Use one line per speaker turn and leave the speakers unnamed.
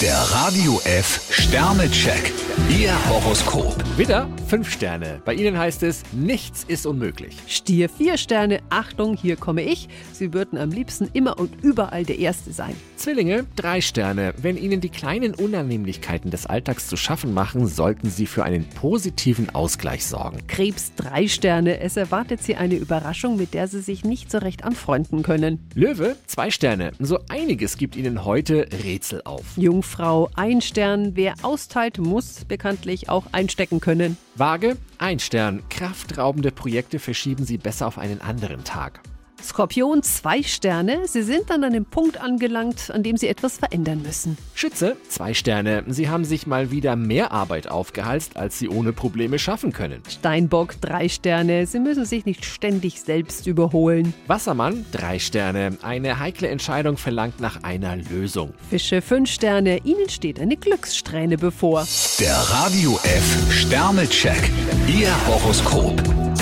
Der Radio F Sternecheck. Ihr Horoskop.
Widder, 5 Sterne. Bei Ihnen heißt es, nichts ist unmöglich.
Stier vier Sterne, Achtung, hier komme ich. Sie würden am liebsten immer und überall der Erste sein.
Zwillinge, 3 Sterne. Wenn Ihnen die kleinen Unannehmlichkeiten des Alltags zu schaffen machen, sollten Sie für einen positiven Ausgleich sorgen.
Krebs drei Sterne, es erwartet Sie eine Überraschung, mit der Sie sich nicht so recht anfreunden können.
Löwe, 2 Sterne. So einiges gibt Ihnen heute Rätsel auf.
Jungfrau ein Stern, wer austeilt, muss bekanntlich auch einstecken können.
Waage, 1 Stern. Kraftraubende Projekte verschieben Sie besser auf einen anderen Tag.
Skorpion zwei Sterne, Sie sind an einem Punkt angelangt, an dem Sie etwas verändern müssen.
Schütze, 2 Sterne. Sie haben sich mal wieder mehr Arbeit aufgehalst, als Sie ohne Probleme schaffen können.
Steinbock drei Sterne, Sie müssen sich nicht ständig selbst überholen.
Wassermann, 3 Sterne. Eine heikle Entscheidung verlangt nach einer Lösung.
Fische fünf Sterne, Ihnen steht eine Glückssträhne bevor.
Der Radio F Sternecheck. Ihr Horoskop.